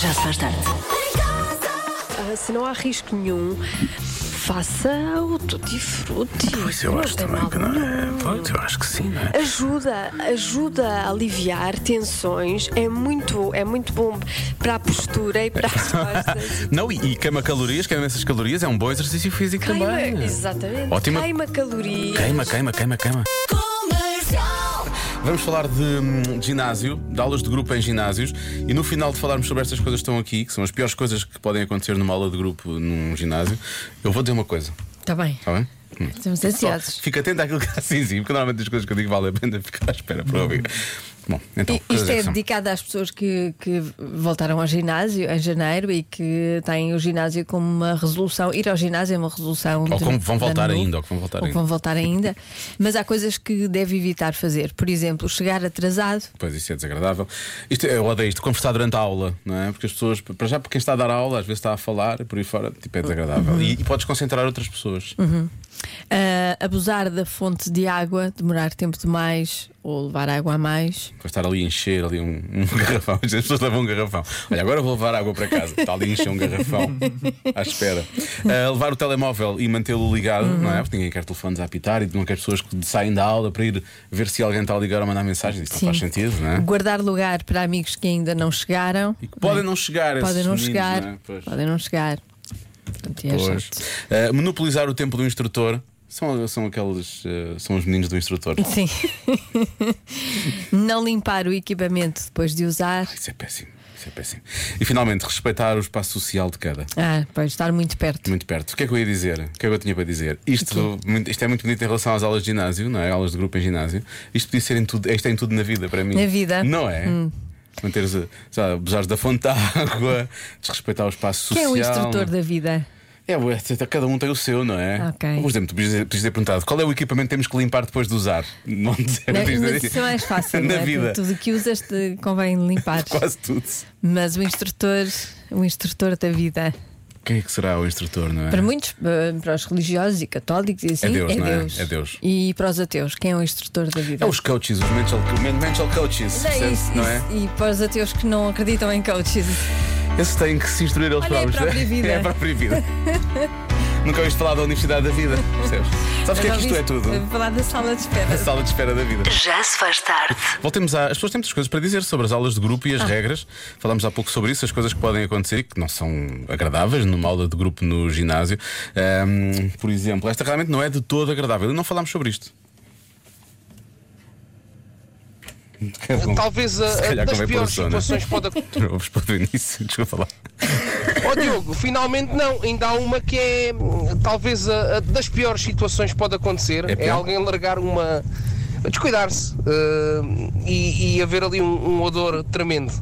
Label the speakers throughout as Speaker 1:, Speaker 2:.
Speaker 1: Já se faz tarde.
Speaker 2: Ah, se não há risco nenhum, faça o tutti frutti.
Speaker 3: Ah, Pois eu
Speaker 2: Não
Speaker 3: acho
Speaker 2: tem
Speaker 3: também
Speaker 2: mal
Speaker 3: que não é.
Speaker 2: nenhum.
Speaker 3: Pois eu acho que sim, não é?
Speaker 2: Ajuda, ajuda a aliviar tensões. É muito, é muito bom para a postura e para as costas.
Speaker 3: Não, e, e queima calorias, queima essas calorias, é um bom exercício físico
Speaker 2: Queima,
Speaker 3: também.
Speaker 2: exatamente.
Speaker 3: Ótima-
Speaker 2: Queima calorias.
Speaker 3: Queima, queima, queima, queima. Vamos falar de, hum, de ginásio, de aulas de grupo em ginásios, e no final de falarmos sobre estas coisas que estão aqui, que são as piores coisas que podem acontecer numa aula de grupo num ginásio, eu vou dizer uma coisa,
Speaker 4: Está Tá bem,
Speaker 3: está bem? Hum.
Speaker 4: estamos
Speaker 3: Só
Speaker 4: ansiosos.
Speaker 3: Fica atento àquilo que está assim, sim, porque normalmente as coisas que eu digo vale a pena ficar à espera para ouvir. Bom,
Speaker 4: Hum.
Speaker 3: então,
Speaker 4: I-
Speaker 3: coisas
Speaker 4: Isto é
Speaker 3: que são.
Speaker 4: dedicado às pessoas que, que voltaram ao ginásio em janeiro e que têm o ginásio como uma resolução. Ir ao ginásio é uma resolução.
Speaker 3: Ou
Speaker 4: de-
Speaker 3: como vão
Speaker 4: de ano
Speaker 3: voltar
Speaker 4: é novo,
Speaker 3: ainda, ou que vão voltar
Speaker 4: ou que vão voltar ainda. Mas há coisas que deve evitar fazer. Por exemplo, chegar atrasado.
Speaker 3: Pois isso é desagradável. Isto, é, eu odeio isto, conversar durante a aula, não é? Porque as pessoas, para já, porque quem está a dar aula, às vezes está a falar por aí fora, tipo, é desagradável. E, e podes concentrar outras pessoas.
Speaker 4: ah, abusar da fonte de água, demorar tempo demais ou levar água a mais.
Speaker 3: Para estar ali a encher ali um, um garrafão. As pessoas levam um garrafão. Olha, agora vou levar água para casa. Está ali a encher um garrafão à espera. Ah, levar o telemóvel e mantê-lo ligado, não é? Porque ninguém quer telefones a apitar e não quer pessoas que saem da aula para ir ver se alguém está a ligar ou mandar mensagem. Isso
Speaker 4: Sim.
Speaker 3: não faz sentido, não é?
Speaker 4: Guardar lugar para amigos que ainda não chegaram.
Speaker 3: E que podem não chegar esses
Speaker 4: Podem não
Speaker 3: meninos,
Speaker 4: chegar.
Speaker 3: não é? Pois.
Speaker 4: Podem não chegar. Portanto, é
Speaker 3: Pois.
Speaker 4: chato.
Speaker 3: Eh, monopolizar o tempo do instrutor. São, são aqueles. eh, são os meninos do instrutor.
Speaker 4: Sim. não limpar o equipamento depois de usar.
Speaker 3: Isso é péssimo. Isso é péssimo. E finalmente, respeitar o espaço social de cada.
Speaker 4: Ah, pode estar muito perto.
Speaker 3: Muito perto. O que é que eu ia dizer? O que é que eu tinha para dizer? Isto, muito- isto é muito bonito em relação às aulas de ginásio, não é? Aulas de grupo em ginásio. Isto podia ser em tudo, isto é em tudo na vida, para mim.
Speaker 4: Na vida? Hum.
Speaker 3: Não é? Manteres, eh, a- sabe, abusares da fonte de água, desrespeitar o espaço
Speaker 4: Quem é
Speaker 3: social.
Speaker 4: o instrutor da vida?
Speaker 3: É, ué, cada um tem o seu, não é?
Speaker 4: Ok.
Speaker 3: Por exemplo, tu podias ter- podias ter perguntado qual é o equipamento que temos que limpar depois de usar. Não dizer,
Speaker 4: Na-
Speaker 3: podias ter
Speaker 4: Mas
Speaker 3: dito.
Speaker 4: isso é mais fácil,
Speaker 3: Na
Speaker 4: não é?
Speaker 3: vida.
Speaker 4: Tudo o que usas te convém limpar.
Speaker 3: Quase tudo.
Speaker 4: Mas o instrutor, o instrutor da vida,
Speaker 3: Quem é que será o instrutor, não é?
Speaker 4: para muitos, eh, para os religiosos e católicos e assim,
Speaker 3: É Deus, não é?
Speaker 4: Deus.
Speaker 3: É Deus.
Speaker 4: E para os ateus, quem é o instrutor da vida?
Speaker 3: É os coaches, os mental, mental
Speaker 4: Não,
Speaker 3: coaches, percebes?
Speaker 4: isso-
Speaker 3: não é?
Speaker 4: isso- E para os ateus que não acreditam em coaches.
Speaker 3: Esses têm que se instruir eles
Speaker 4: Olha, é a
Speaker 3: próprios.
Speaker 4: própria vida.
Speaker 3: É a própria vida. Nunca ouviste falar da Universidade da Vida, percebes? Sabes o que é que isto é tudo?
Speaker 4: Falar da sala de
Speaker 3: A
Speaker 4: espera.
Speaker 3: sala de espera da vida.
Speaker 1: Já se faz tarde.
Speaker 3: Voltemos a. As pessoas têm muitas coisas para dizer sobre as aulas de grupo
Speaker 4: Ah.
Speaker 3: e as regras. Falámos há pouco sobre isso, as coisas que podem acontecer e que não são agradáveis numa aula de grupo no ginásio. Ahm, por exemplo, esta realmente não é de todo agradável. E não falámos sobre isto.
Speaker 5: Talvez a,
Speaker 3: Hum. Se calhar
Speaker 5: a das
Speaker 3: convém pôr
Speaker 5: piores
Speaker 3: o som, né?
Speaker 5: situações pode acontecer.
Speaker 4: Então-
Speaker 3: Não ouves para o início, desculpa lá.
Speaker 5: Oh Diogo, finalmente não. Ainda há uma que é hum, talvez a, a das piores situações pode acontecer.
Speaker 3: É
Speaker 5: É,
Speaker 3: pior?
Speaker 5: alguém largar uma. a descuidar-se hum, e, e haver ali um, um odor tremendo.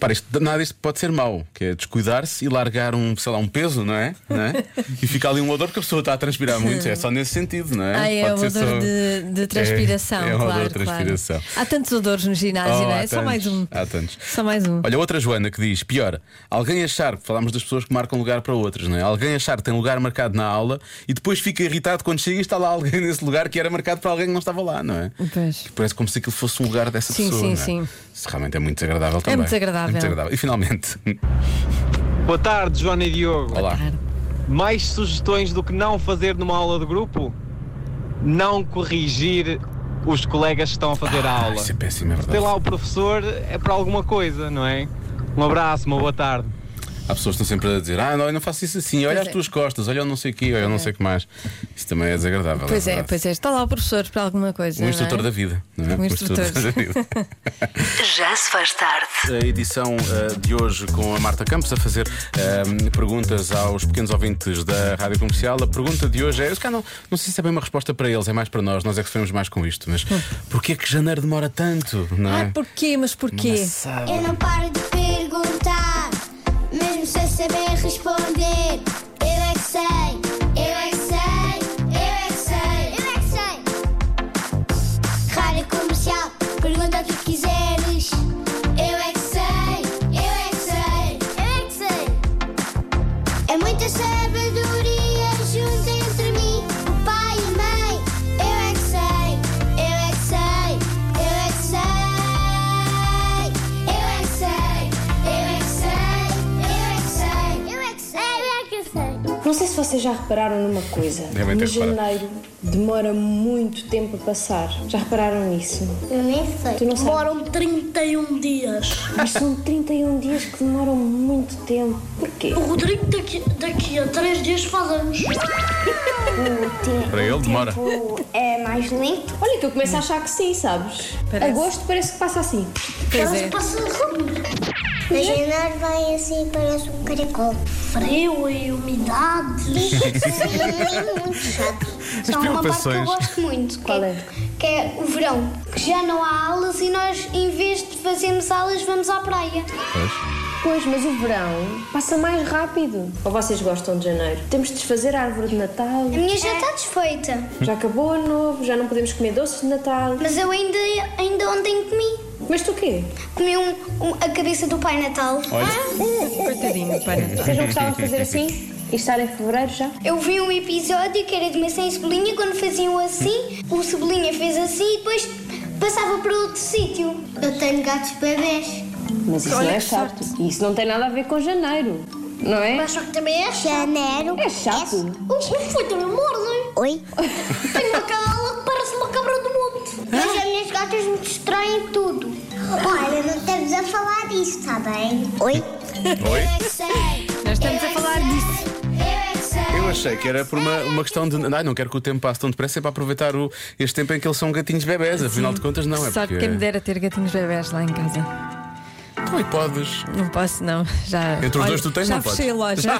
Speaker 3: Para, isto, nada disto pode ser mau, que é descuidar-se e largar um, sei lá, um peso, não é? Não é? E fica ali um odor que a pessoa está a transpirar muito. É só nesse sentido, não é?
Speaker 4: Ah, é o
Speaker 3: Pode
Speaker 4: odor
Speaker 3: ser só-
Speaker 4: de, de transpiração,
Speaker 3: É, é um
Speaker 4: claro.
Speaker 3: odor de transpiração.
Speaker 4: claro. Há tantos odores no ginásio,
Speaker 3: Oh,
Speaker 4: não
Speaker 3: há
Speaker 4: é? Só
Speaker 3: tantos,
Speaker 4: mais um.
Speaker 3: Há tantos.
Speaker 4: Só mais um.
Speaker 3: Olha, outra Joana que diz: pior, alguém achar, falámos das pessoas que marcam lugar para outras, não é? Alguém achar que tem lugar marcado na aula e depois fica irritado quando chega e está lá alguém nesse lugar que era marcado para alguém que não estava lá, não é?
Speaker 4: Pois.
Speaker 3: Parece como se aquilo fosse um lugar dessa
Speaker 4: Então. Sim,
Speaker 3: pessoa.
Speaker 4: sim,
Speaker 3: não é?
Speaker 4: sim.
Speaker 3: Isso realmente é muito desagradável também.
Speaker 4: muito desagradável.
Speaker 3: É muito desagradável. E finalmente,
Speaker 6: Boa tarde, Joana e Diogo.
Speaker 3: olá.
Speaker 6: Mais sugestões do que não fazer numa aula de grupo? Não corrigir os colegas que estão a fazer a aula.
Speaker 3: Isso é péssimo, é verdade.
Speaker 6: Sei lá, o professor é para alguma coisa, não é? Um abraço, uma boa tarde.
Speaker 3: Há pessoas que estão sempre a dizer: ah, não, eu não faço isso assim, olha
Speaker 4: Pois
Speaker 3: as
Speaker 4: é.
Speaker 3: tuas costas, olha eu não sei o quê, olha eu não sei o que mais. Isso também é desagradável.
Speaker 4: Pois é,
Speaker 3: verdade.
Speaker 4: pois é. Está lá o professor para alguma coisa.
Speaker 3: Um instrutor
Speaker 4: não
Speaker 3: da
Speaker 4: é?
Speaker 3: vida, não é?
Speaker 4: Um instrutor.
Speaker 3: da vida.
Speaker 1: Já se faz tarde.
Speaker 3: a edição eh, de hoje com a Marta Campos a fazer eh, perguntas aos pequenos ouvintes da Rádio Comercial. A pergunta de hoje é, eu se calhar não, não sei se é bem uma resposta para eles, é mais para nós, nós é que sofremos mais com isto, mas
Speaker 4: Hum.
Speaker 3: porquê que janeiro demora tanto? Não é?
Speaker 4: Ah, porquê? Mas porquê?
Speaker 7: Eu não paro de perguntar, mesmo sem saber responder. Eu é que sei, eu é que sei, eu é que sei, eu é que sei. Rádio comercial, pergunta o que quiseres. Eu é que sei, eu é que sei, eu é que sei. É muita sabedoria junta entre mim, o pai e a mãe. Eu é que sei, eu é que sei, é eu é que sei. Eu é que sei, eu é que sei.
Speaker 8: Não sei se vocês já repararam numa coisa,
Speaker 3: Devem ter
Speaker 8: mas
Speaker 3: reparado.
Speaker 8: janeiro demora muito tempo a passar. Já repararam nisso?
Speaker 7: Eu nem sei.
Speaker 8: Tu não sabes?
Speaker 7: Demoram 31 dias.
Speaker 8: Mas são 31 dias que demoram muito tempo. Porquê?
Speaker 7: O Rodrigo daqui, daqui a 3 dias faz anos.
Speaker 4: Ah,
Speaker 3: Para ele demora.
Speaker 7: É mais lento.
Speaker 8: Olha que eu começo a achar que sim, sabes?
Speaker 4: Parece.
Speaker 8: Agosto parece que passa assim.
Speaker 4: Pois é.
Speaker 7: passam rápido. Mas janeiro vai assim, parece um caracol. Frio e umidade. é muito chato. Só uma parte que eu
Speaker 3: preocupações.
Speaker 7: gosto muito.
Speaker 8: Qual
Speaker 7: que
Speaker 8: é?
Speaker 7: Que é o verão. Que já não há aulas e nós, em vez de fazermos aulas, vamos à praia.
Speaker 8: Pois, mas o verão passa mais rápido. Ou vocês gostam de janeiro? Temos de desfazer a árvore de Natal.
Speaker 7: A minha já está desfeita.
Speaker 8: Já acabou o novo, já não podemos comer doces de Natal.
Speaker 7: Mas eu ainda, ainda ontem comi.
Speaker 8: Mas tu quê?
Speaker 7: Comi um, um- a cabeça do Pai Natal. Ah,
Speaker 4: Coitadinho, pai.
Speaker 3: Então
Speaker 4: Natal.
Speaker 8: Vocês não gostavam de fazer assim? E estar em fevereiro já?
Speaker 7: Eu vi um episódio que era de maçã e cebolinha. Quando faziam assim, o cebolinha fez assim e depois passava para outro sítio. Eu tenho gatos bebés.
Speaker 8: Mas isso não é chato. Isso não tem nada a ver com janeiro, não é?
Speaker 7: Mas só que também é Janeiro.
Speaker 8: É chato.
Speaker 7: O que foi também mordem. Oi? Tem é? uma cadela que parece uma cabra do monte. Mas as minhas gatas me distraem tudo. Olha, não estamos a falar disso, está bem? Oi? é
Speaker 3: Oi?
Speaker 4: Nós estamos a falar disso.
Speaker 3: Eu achei que era por uma, uma questão de. Ai, não quero que o tempo passe tão depressa, é para aproveitar o, este tempo em que eles são gatinhos bebés. Afinal de contas, não é
Speaker 4: Sabe
Speaker 3: porque.
Speaker 4: quem me dera ter gatinhos bebés lá em casa?
Speaker 3: Como é que podes?
Speaker 4: Não posso, não. Já.
Speaker 3: Entre os dois tu tens,
Speaker 4: já
Speaker 3: não podes.
Speaker 4: fechei a loja.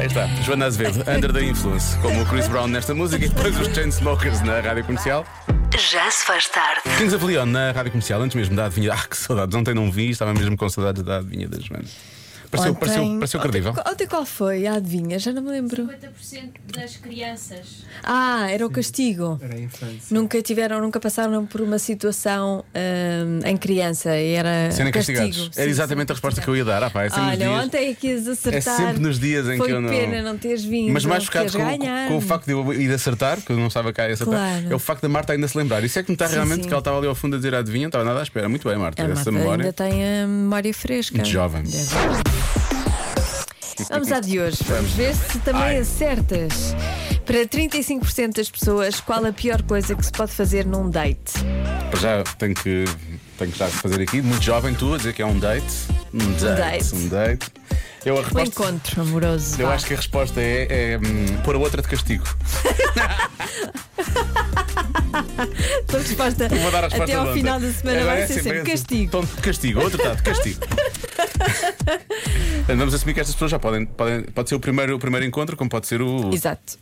Speaker 3: Aí está, Joana Azevedo, Under the Influence, como o Chris Brown nesta música e depois os Chainsmokers na rádio comercial.
Speaker 2: Já se faz tarde.
Speaker 3: Kings of Leon na rádio comercial, antes mesmo da adivinha. Ah, que saudades, ontem não vi, estava mesmo com saudades da adivinha da Joana. Pareceu,
Speaker 4: Ontem-
Speaker 3: pareceu, pareceu credível.
Speaker 4: Ontem, ontem qual foi? A adivinha? Já não me lembro.
Speaker 9: 50% das crianças.
Speaker 4: Ah, era o castigo.
Speaker 5: Era a infância.
Speaker 4: Nunca tiveram, nunca passaram por uma situação hum, em criança e era.
Speaker 3: Serem
Speaker 4: castigo.
Speaker 3: castigados.
Speaker 4: Sim,
Speaker 3: Era exatamente
Speaker 4: sim,
Speaker 3: a resposta que
Speaker 4: castigo.
Speaker 3: eu ia dar. Ah, pá, é sempre nos
Speaker 4: Olha,
Speaker 3: dias-
Speaker 4: ontem é que quis
Speaker 3: É
Speaker 4: acertar.
Speaker 3: sempre nos dias em
Speaker 4: Foi
Speaker 3: que eu não.
Speaker 4: pena não teres vindo.
Speaker 3: Mas mais
Speaker 4: focado
Speaker 3: focado com,
Speaker 4: ganhar.
Speaker 3: com o facto de eu ir acertar, que eu não estava cá a acertar,
Speaker 4: Claro.
Speaker 3: é o facto da Marta ainda se lembrar. Isso é que me está
Speaker 4: Sim,
Speaker 3: realmente
Speaker 4: sim.
Speaker 3: que ela estava ali ao fundo a dizer adivinha, não estava nada à espera. Muito bem, Marta,
Speaker 4: A Marta
Speaker 3: essa memória.
Speaker 4: ainda tem a memória fresca.
Speaker 3: Muito jovem.
Speaker 4: É verdade. Vamos à de hoje. Vamos ver se também
Speaker 3: Ai.
Speaker 4: acertas. Para 35% das pessoas, qual a pior coisa que se pode fazer num date? Um tá-
Speaker 3: Já tenho que, tenho que já fazer aqui, muito jovem tu, a dizer que é um date. Um date.
Speaker 4: date.
Speaker 3: Um date. Eu, a
Speaker 4: Um
Speaker 3: resposta,
Speaker 4: encontro amoroso.
Speaker 3: eu
Speaker 4: vá.
Speaker 3: acho que a resposta é, é hum, pôr a outra de castigo.
Speaker 4: Estou disposta
Speaker 3: Vou dar a resposta
Speaker 4: até ao
Speaker 3: de ontem.
Speaker 4: final da semana
Speaker 3: Agora
Speaker 4: vai
Speaker 3: é
Speaker 4: ser sempre
Speaker 3: esse.
Speaker 4: castigo.
Speaker 3: Tom de castigo, outro está de castigo. Vamos assumir que estas pessoas já podem, podem. Pode ser o primeiro, o primeiro encontro, como pode ser o.
Speaker 4: Exato.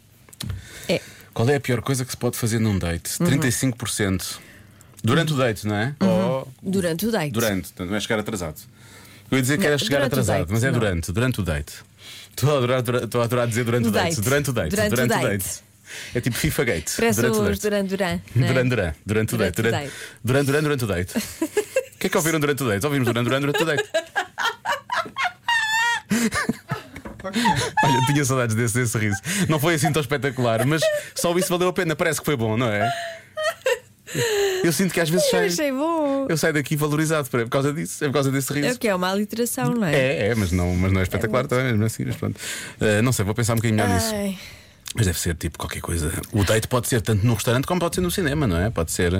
Speaker 3: Qual é a pior coisa que se pode fazer num date?
Speaker 4: Uhum.
Speaker 3: 35%. Durante o date, não é? Ou
Speaker 4: Durante o date.
Speaker 3: durante, portanto, não é chegar atrasado. Eu ia dizer que
Speaker 4: Não,
Speaker 3: era chegar
Speaker 4: durante o
Speaker 3: atrasado,
Speaker 4: date,
Speaker 3: mas é
Speaker 4: não.
Speaker 3: durante, durante o date. Estou a adorar, dura- estou a adorar dizer durante o
Speaker 4: No
Speaker 3: date.
Speaker 4: date.
Speaker 3: Durante o date.
Speaker 4: Durante o
Speaker 3: o
Speaker 4: date.
Speaker 3: É tipo FIFA Gate.
Speaker 4: Parece
Speaker 3: durante o
Speaker 4: os
Speaker 3: date.
Speaker 4: Duran Duran. não é?
Speaker 3: Duran Duran, durante o date.
Speaker 4: Durante o
Speaker 3: Durante
Speaker 4: date.
Speaker 3: Duran Duran, durante o date. O que é que ouviram durante o date? Ouvimos Duran Duran durante o date. Olha, tinha saudades desse, desse riso. Não foi assim tão espetacular, mas só isso valeu a pena. Parece que foi bom, não é? Eu sinto que às vezes
Speaker 4: Eu
Speaker 3: saio,
Speaker 4: achei bom.
Speaker 3: eu saio daqui valorizado por- é por causa disso, é por causa desse
Speaker 4: É
Speaker 3: riso.
Speaker 4: o que é uma aliteração, não é?
Speaker 3: É, é, mas não, mas não é espetacular também, mesmo assim, mas pronto. Ah, não sei, vou pensar um bocadinho melhor nisso.
Speaker 4: Ai.
Speaker 3: Mas deve ser tipo qualquer coisa. O date pode ser tanto no restaurante como pode ser no cinema, não é? Pode ser.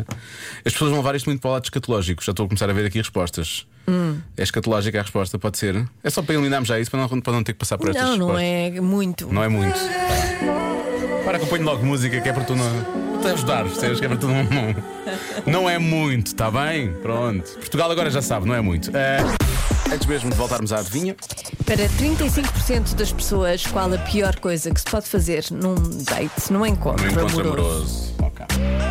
Speaker 3: As pessoas vão levar isto muito para o lado escatológico. Já estou a começar a ver aqui respostas. É escatológica a resposta, pode ser. É só para eliminarmos já isso, para não, para não ter que passar por estas
Speaker 4: Não, não
Speaker 3: respostas.
Speaker 4: é muito.
Speaker 3: Não é muito. Para acompanho logo música que é para tu não. Te ajudar, percebes? Que é para tu não. não- Não é muito, está bem? Pronto. Portugal agora já sabe, não é muito. Eh, Antes mesmo de voltarmos à adivinha,
Speaker 4: Para 35% das pessoas, qual a pior coisa que se pode fazer num date, num encontro,
Speaker 3: no um encontro
Speaker 4: amoroso?
Speaker 3: amoroso. Ok.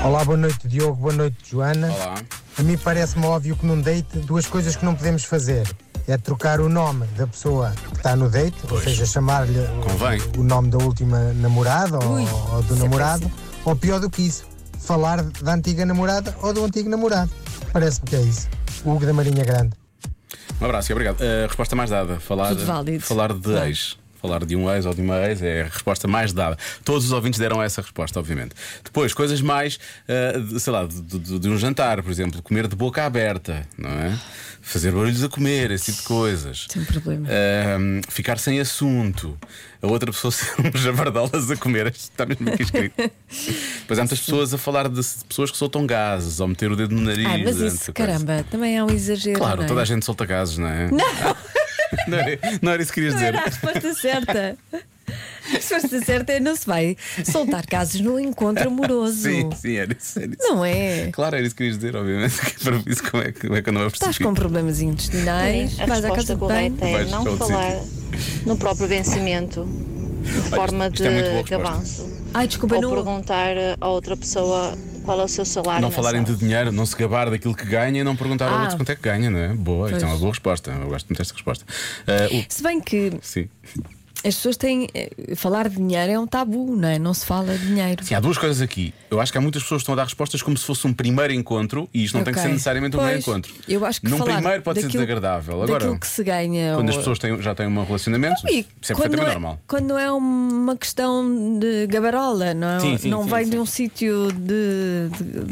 Speaker 5: Olá, boa noite, Diogo. Boa noite, Joana.
Speaker 3: Olá.
Speaker 5: A mim parece-me óbvio que num date duas coisas que não podemos fazer. É trocar o nome da pessoa que está no date, ou seja, chamar-lhe o-
Speaker 3: Convém.
Speaker 5: o nome da última namorada ou,
Speaker 4: Ui,
Speaker 5: ou do
Speaker 4: isso é
Speaker 5: namorado, ou pior do que isso, falar da antiga namorada ou do antigo namorado. Parece-me que é isso. Hugo da Marinha Grande.
Speaker 3: Um abraço e obrigado. A resposta mais dada: falar,
Speaker 4: Tudo válido.
Speaker 3: falar de ex. falar de um ex ou de uma ex é a resposta mais dada. Todos os ouvintes deram essa resposta, obviamente. Depois, coisas mais, ah, de- sei lá, de, de- de um jantar, por exemplo, comer de boca aberta, não é? Fazer barulhos a comer, esse tipo de coisas.
Speaker 4: Tem problema.
Speaker 3: Ahm, ficar sem assunto, a outra pessoa ser um jabardolas a comer, Isto está mesmo aqui escrito. Pois há muitas pessoas a falar de de pessoas que soltam gases ou meter o dedo no nariz.
Speaker 4: Ah, mas
Speaker 3: durante
Speaker 4: isso,
Speaker 3: a coisa.
Speaker 4: caramba, também é um exagero.
Speaker 3: Claro,
Speaker 4: não é?
Speaker 3: toda a gente solta gases, não é? Não! Não era, não era isso que querias
Speaker 4: Não
Speaker 3: dizer.
Speaker 4: era a resposta certa. A resposta certa é não se vai soltar casos no encontro amoroso.
Speaker 3: Sim, sim, era isso. Era isso.
Speaker 4: Não é?
Speaker 3: Claro, era isso que querias dizer, obviamente. que Para isso, como é que, como é que eu não vou
Speaker 4: Estás com problemas intestinais,
Speaker 10: A
Speaker 4: vais à casa
Speaker 10: resposta
Speaker 4: de banho.
Speaker 10: correta é
Speaker 3: Vais para
Speaker 10: não
Speaker 3: outro
Speaker 10: falar no próprio vencimento de
Speaker 3: Olha,
Speaker 10: forma
Speaker 3: isto
Speaker 10: de
Speaker 3: é muito boa resposta.
Speaker 10: avanço.
Speaker 4: Ai, desculpa,
Speaker 10: é Ou
Speaker 4: não-
Speaker 10: perguntar a outra pessoa qual é o seu salário.
Speaker 3: Não
Speaker 10: mensal.
Speaker 3: falarem de dinheiro, não se gabar daquilo que ganha e não perguntar ao
Speaker 10: Ah.
Speaker 3: outro quanto é que ganha, não é? Boa, isto é
Speaker 4: Pois.
Speaker 3: uma boa resposta. Eu gosto muito desta resposta. Ah, o-
Speaker 4: Se bem que
Speaker 3: Sim.
Speaker 4: as pessoas têm. eh, Falar de dinheiro é um tabu, não é? Não se fala de dinheiro.
Speaker 3: Sim, há duas coisas aqui. Eu acho que há muitas pessoas que estão a dar respostas como se fosse um primeiro encontro e isto não tem que
Speaker 4: Ok.
Speaker 3: ser necessariamente um
Speaker 4: Pois,
Speaker 3: primeiro encontro.
Speaker 4: Eu acho que
Speaker 3: Num
Speaker 4: falar
Speaker 3: primeiro pode ser
Speaker 4: daquilo-
Speaker 3: desagradável.
Speaker 4: daquilo
Speaker 3: Agora,
Speaker 4: que se ganha.
Speaker 3: quando
Speaker 4: ou-
Speaker 3: as pessoas têm- já têm um relacionamento,
Speaker 4: E
Speaker 3: isso é perfeitamente
Speaker 4: não é,
Speaker 3: normal.
Speaker 4: quando não é uma questão de gabarola, não, é?
Speaker 3: Sim, sim,
Speaker 4: não
Speaker 3: sim,
Speaker 4: vem
Speaker 3: sim.
Speaker 4: de um sítio de, de,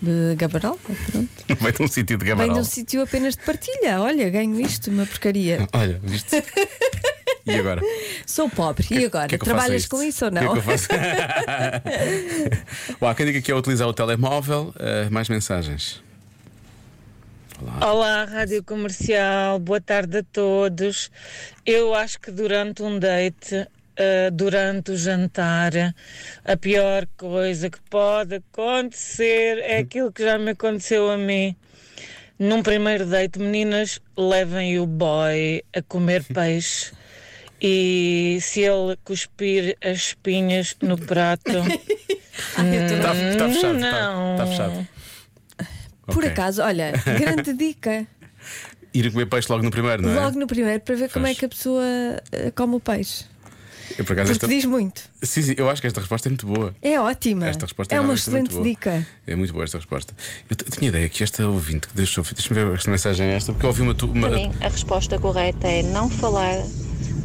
Speaker 4: de gabarola, pronto.
Speaker 3: Não vai ter um sítio de
Speaker 4: vem de
Speaker 3: gabarol.
Speaker 4: um sítio apenas de partilha. Olha, ganho isto, uma porcaria.
Speaker 3: Olha, viste? e agora?
Speaker 4: Sou pobre, e agora?
Speaker 3: Que é que eu faço a
Speaker 4: Trabalhas
Speaker 3: isto?
Speaker 4: com isso ou
Speaker 3: Que é
Speaker 4: não?
Speaker 3: que eu faço? Bom, há quem diga que é utilizar o telemóvel. Ah, mais mensagens.
Speaker 9: Olá, Rádio Comercial, boa tarde a todos. Eu acho que durante um date, eh, durante o jantar, a pior coisa que pode acontecer é aquilo que já me aconteceu a mim. Num primeiro date, meninas, levem o boy a comer peixe e se ele cuspir as espinhas no prato.
Speaker 4: Ah,
Speaker 3: Está tá fechado. Está
Speaker 9: Não.
Speaker 3: tá fechado.
Speaker 4: Por
Speaker 3: Ah, Ok.
Speaker 4: acaso, olha, grande dica.
Speaker 3: Ir comer peixe logo no primeiro, não é?
Speaker 4: Logo no primeiro, para ver como é que a pessoa eh, come o peixe.
Speaker 3: Eu, por acaso,
Speaker 4: Porque diz muito.
Speaker 3: Sim, sim, eu acho que esta resposta é muito boa.
Speaker 4: É ótima.
Speaker 3: Esta resposta
Speaker 4: é uma
Speaker 3: realmente muito
Speaker 4: excelente
Speaker 3: boa.
Speaker 4: dica.
Speaker 3: É muito boa esta resposta. Eu, t- eu tinha ideia que esta ouvinte que deixou. Deixa-me ver esta mensagem é esta, porque eu ouvi uma. tu- uma-
Speaker 10: Para mim, a resposta correta é não falar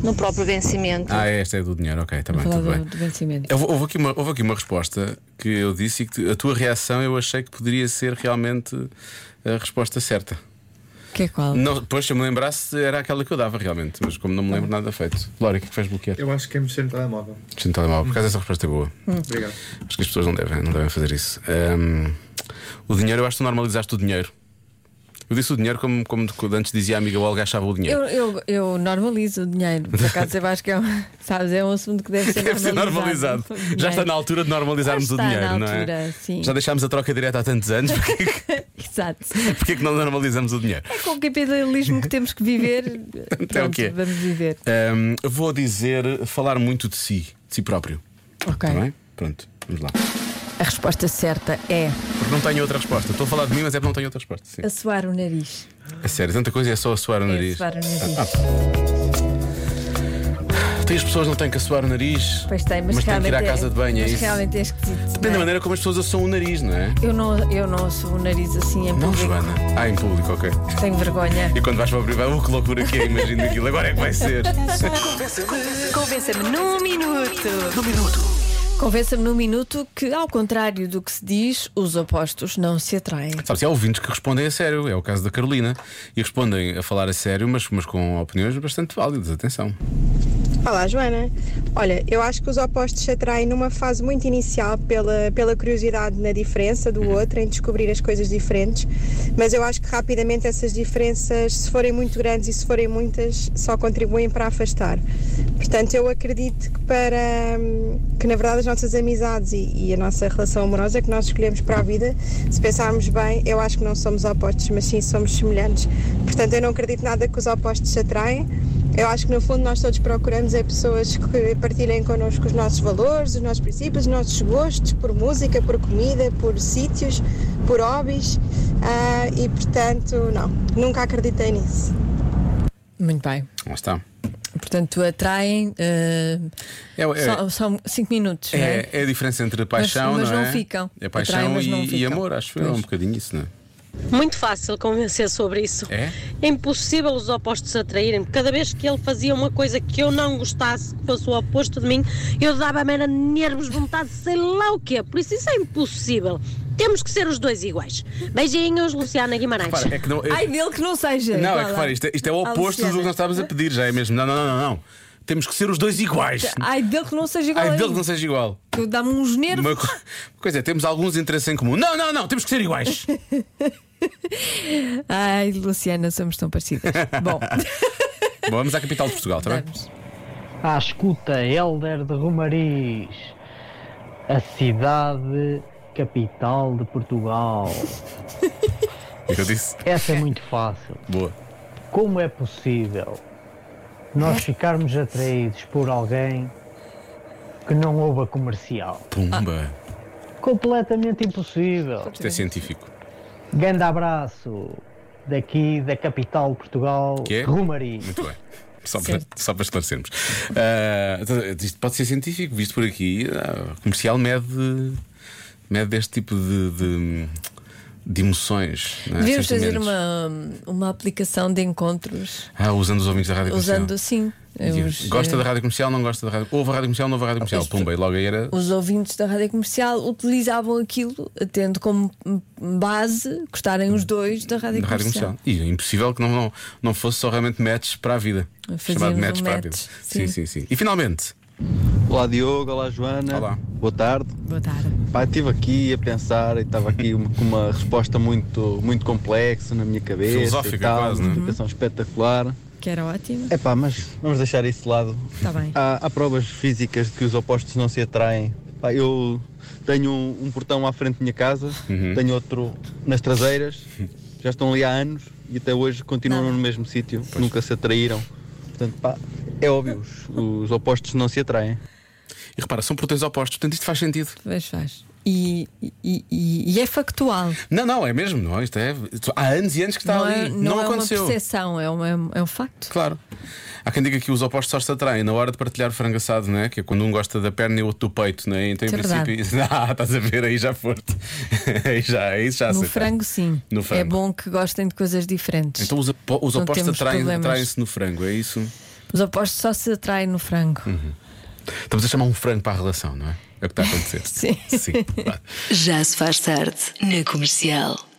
Speaker 10: no próprio vencimento.
Speaker 3: Ah, é, esta é do dinheiro, ok, está bem,
Speaker 4: Falar
Speaker 3: tudo
Speaker 4: do,
Speaker 3: bem.
Speaker 4: do vencimento.
Speaker 3: Eu- Houve aqui, uma, houve aqui uma resposta que eu disse e que tu- a tua reação eu achei que poderia ser realmente a resposta certa.
Speaker 4: Que é qual?
Speaker 3: Não, depois, se eu me lembrasse, era aquela que eu dava realmente, mas como não me lembro nada feito. Lória, o que é que faz bloquear?
Speaker 11: Eu acho que é mexer no telemóvel.
Speaker 3: Deixa no telemóvel, por acaso essa resposta é boa.
Speaker 11: Obrigado.
Speaker 3: Acho que as pessoas não devem, não devem fazer isso. Ahm, o dinheiro, eu acho que tu normalizaste o dinheiro. Eu disse o dinheiro como, como antes dizia a amiga Olga, achava o dinheiro.
Speaker 4: Eu, eu, eu normalizo o dinheiro. Por acaso eu acho que é um, sabes, é um assunto que deve ser
Speaker 3: Deve ser normalizado.
Speaker 4: normalizado.
Speaker 3: Já está na altura de normalizarmos
Speaker 4: Já
Speaker 3: o
Speaker 4: está
Speaker 3: dinheiro,
Speaker 4: na
Speaker 3: não é?
Speaker 4: altura, sim.
Speaker 3: Já deixámos a troca direta há tantos anos, porquê,
Speaker 4: Exato.
Speaker 3: porquê que não normalizamos o dinheiro?
Speaker 4: É com o capitalismo que temos que viver. Pronto,
Speaker 3: Então é o quê?
Speaker 4: Vamos viver.
Speaker 3: Ahm, eu vou dizer falar muito de si, de si próprio.
Speaker 4: Ok.
Speaker 3: Está bem? Pronto, vamos lá.
Speaker 4: Tá A resposta certa é
Speaker 3: Porque não tenho outra resposta. Estou a falar de mim, mas é porque não tenho outra resposta. Sim.
Speaker 4: assoar o nariz.
Speaker 3: É sério, tanta coisa é só assoar o nariz.
Speaker 4: assoar o nariz.
Speaker 3: Ah, ah. Tem as pessoas que não têm que assoar o nariz.
Speaker 4: Pois tem, mas,
Speaker 3: têm que
Speaker 4: realmente.
Speaker 3: ir à casa
Speaker 4: é,
Speaker 3: de banho, é
Speaker 4: mas
Speaker 3: isso.
Speaker 4: realmente é esquisito. não é?
Speaker 3: Depende da maneira como as pessoas assoam o nariz, não é?
Speaker 4: Eu não, eu não assumo o nariz assim em
Speaker 3: Não,
Speaker 4: público.
Speaker 3: Joana. Ah, em público, ok.
Speaker 4: Tenho vergonha.
Speaker 3: E quando vais para o privado, oh, que loucura que é, imagina aquilo. Agora é que vai ser.
Speaker 1: Convença-me num minuto. Num minuto.
Speaker 4: Convença-me num minuto que, ao contrário do que se diz, os opostos não se atraem.
Speaker 3: Sabe, se há ouvintes que respondem a sério, é o caso da Carolina, e respondem a falar a sério, mas, mas com opiniões bastante válidas, atenção.
Speaker 8: Olá, Joana. Olha, eu acho que os opostos se atraem numa fase muito inicial pela, pela curiosidade na diferença do outro, em descobrir as coisas diferentes, mas eu acho que rapidamente essas diferenças, se forem muito grandes e se forem muitas, só contribuem para afastar. Portanto, eu acredito que para hum, que na verdade as nossas amizades e, e a nossa relação amorosa que nós escolhemos para a vida, se pensarmos bem, eu acho que não somos opostos, mas sim somos semelhantes. Portanto, eu não acredito nada que os opostos se atraem. Eu acho que no fundo nós todos procuramos é pessoas que partilhem connosco os nossos valores, os nossos princípios, os nossos gostos por música, por comida, por sítios, por hobbies ah, e portanto, não, nunca acreditei nisso.
Speaker 4: Muito bem.
Speaker 3: Lá está.
Speaker 4: Portanto, atraem eh,
Speaker 3: É, é-
Speaker 4: só, só cinco minutos. não é?
Speaker 3: É, é a diferença entre paixão,
Speaker 4: Mas- mas
Speaker 3: não é?
Speaker 4: não ficam.
Speaker 3: É paixão
Speaker 4: Atraem, mas não
Speaker 3: e, e
Speaker 4: ficam.
Speaker 3: amor, acho eu. É um
Speaker 4: Pois.
Speaker 3: bocadinho isso, não é?
Speaker 11: Muito fácil convencer sobre isso.
Speaker 3: É?
Speaker 11: impossível os opostos se atraírem. Cada vez que ele fazia uma coisa que eu não gostasse, que fosse o oposto de mim, eu dava mera nervos, vontade, sei lá o quê. Por isso isso é impossível. Temos que ser os dois iguais. Beijinhos, Luciana Guimarães.
Speaker 3: Repara, é que não- é- Ai,
Speaker 4: dele que não seja.
Speaker 3: Não, é que repara, isto, é- isto é o
Speaker 4: Ah,
Speaker 3: oposto do que
Speaker 4: Luciana.
Speaker 3: nós estávamos a pedir, já é mesmo. Não, não, não, não. não. Temos que ser os dois iguais.
Speaker 4: Ai dele que não seja igual.
Speaker 3: Ai,
Speaker 4: a
Speaker 3: dele que
Speaker 4: mim.
Speaker 3: não seja igual.
Speaker 4: Que Dá-me uns nervos.
Speaker 3: Uma co- coisa é, temos alguns interesses em comum. Não, não, não, temos que ser iguais.
Speaker 4: Ai, Luciana, somos tão parecidas. Bom.
Speaker 3: Ah, Bom, vamos à capital de Portugal, está bem?
Speaker 12: À escuta, Helder de Romariz, a cidade capital de Portugal.
Speaker 3: Eu disse.
Speaker 12: Essa é muito fácil.
Speaker 3: Boa.
Speaker 12: Como é possível nós ficarmos atraídos por alguém que não ouve a comercial?
Speaker 3: Pumba.
Speaker 4: Ah,
Speaker 12: Completamente impossível.
Speaker 3: Isto é científico.
Speaker 12: Grande abraço daqui da capital de Portugal,
Speaker 3: Que é?
Speaker 12: Romariz.
Speaker 3: Muito bem. Só para, só para esclarecermos. Ah, isto pode ser científico, visto por aqui. ah, o comercial mede, mede este tipo de, de, de emoções. não é?
Speaker 4: Devíamos fazer
Speaker 3: Sentimentos.
Speaker 4: uma, uma aplicação de encontros
Speaker 3: Ah, usando os ouvintes da rádio
Speaker 4: usando
Speaker 3: comercial.
Speaker 4: assim os,
Speaker 3: Gosta
Speaker 4: eh,
Speaker 3: da rádio comercial, não gosta da rádio. Ouve a rádio comercial, não ouve a rádio comercial. Pumba, e logo aí era.
Speaker 4: eh, os ouvintes da rádio comercial utilizavam aquilo, tendo como base gostarem os dois da rádio
Speaker 3: Na rádio comercial.
Speaker 4: comercial.
Speaker 3: E é impossível que não, não, não fosse só realmente matches para a vida.
Speaker 4: Fazíamos
Speaker 3: Chamado
Speaker 4: um
Speaker 3: matches para a
Speaker 4: match,
Speaker 3: vida.
Speaker 4: sim.
Speaker 3: Sim. sim, sim, E finalmente.
Speaker 13: Olá Diogo, olá Joana. Olá. Boa tarde.
Speaker 4: Boa tarde.
Speaker 13: Pá, estive aqui a pensar e estava aqui uma- com uma resposta muito, muito complexa na minha cabeça.
Speaker 4: Filosófica
Speaker 13: e tal,
Speaker 4: quase,
Speaker 13: uma
Speaker 4: não é?
Speaker 13: explicação espetacular.
Speaker 4: Que era ótimo.
Speaker 13: É pá, mas vamos deixar isso de lado.
Speaker 3: É.
Speaker 4: Está Tá bem.
Speaker 13: Há, há provas físicas de que os opostos não se atraem. Pá, eu tenho um, um portão à frente da minha casa, tenho outro nas traseiras, já estão ali há anos e até hoje continuam no mesmo sítio, nunca se atraíram. Portanto, pá, é óbvio, os- os opostos não se atraem.
Speaker 3: E repara, são portões opostos, portanto isto faz sentido.
Speaker 4: Mas faz. E, e- e- e é factual.
Speaker 3: Não, não, é mesmo, não. é? Isto é. Há anos e anos que está
Speaker 4: não
Speaker 3: ali.
Speaker 4: é,
Speaker 3: não
Speaker 4: é
Speaker 3: aconteceu.
Speaker 4: uma percepção, é, uma- é um facto.
Speaker 3: Claro. Há quem diga que os opostos só se atraem na hora de partilhar o frango assado, não é? Que é quando um gosta da perna e o outro do peito, não é? Então, em
Speaker 4: Isso é
Speaker 3: princípio, ah, estás a ver, aí já foste. aí já, aí já
Speaker 4: No
Speaker 3: aceitaste.
Speaker 4: frango, sim.
Speaker 3: No
Speaker 4: É
Speaker 3: frango.
Speaker 4: bom que gostem de coisas diferentes.
Speaker 3: Então, os, apo- os
Speaker 4: Não
Speaker 3: opostos
Speaker 4: temos
Speaker 3: atraem-
Speaker 4: problemas.
Speaker 3: atraem-se no frango, é isso?
Speaker 4: Os opostos só se atraem no frango.
Speaker 3: Estamos a chamar um frango para a relação, não é? É o que está a acontecer.
Speaker 4: Sim.
Speaker 3: Sim.
Speaker 1: Já se faz tarde na comercial.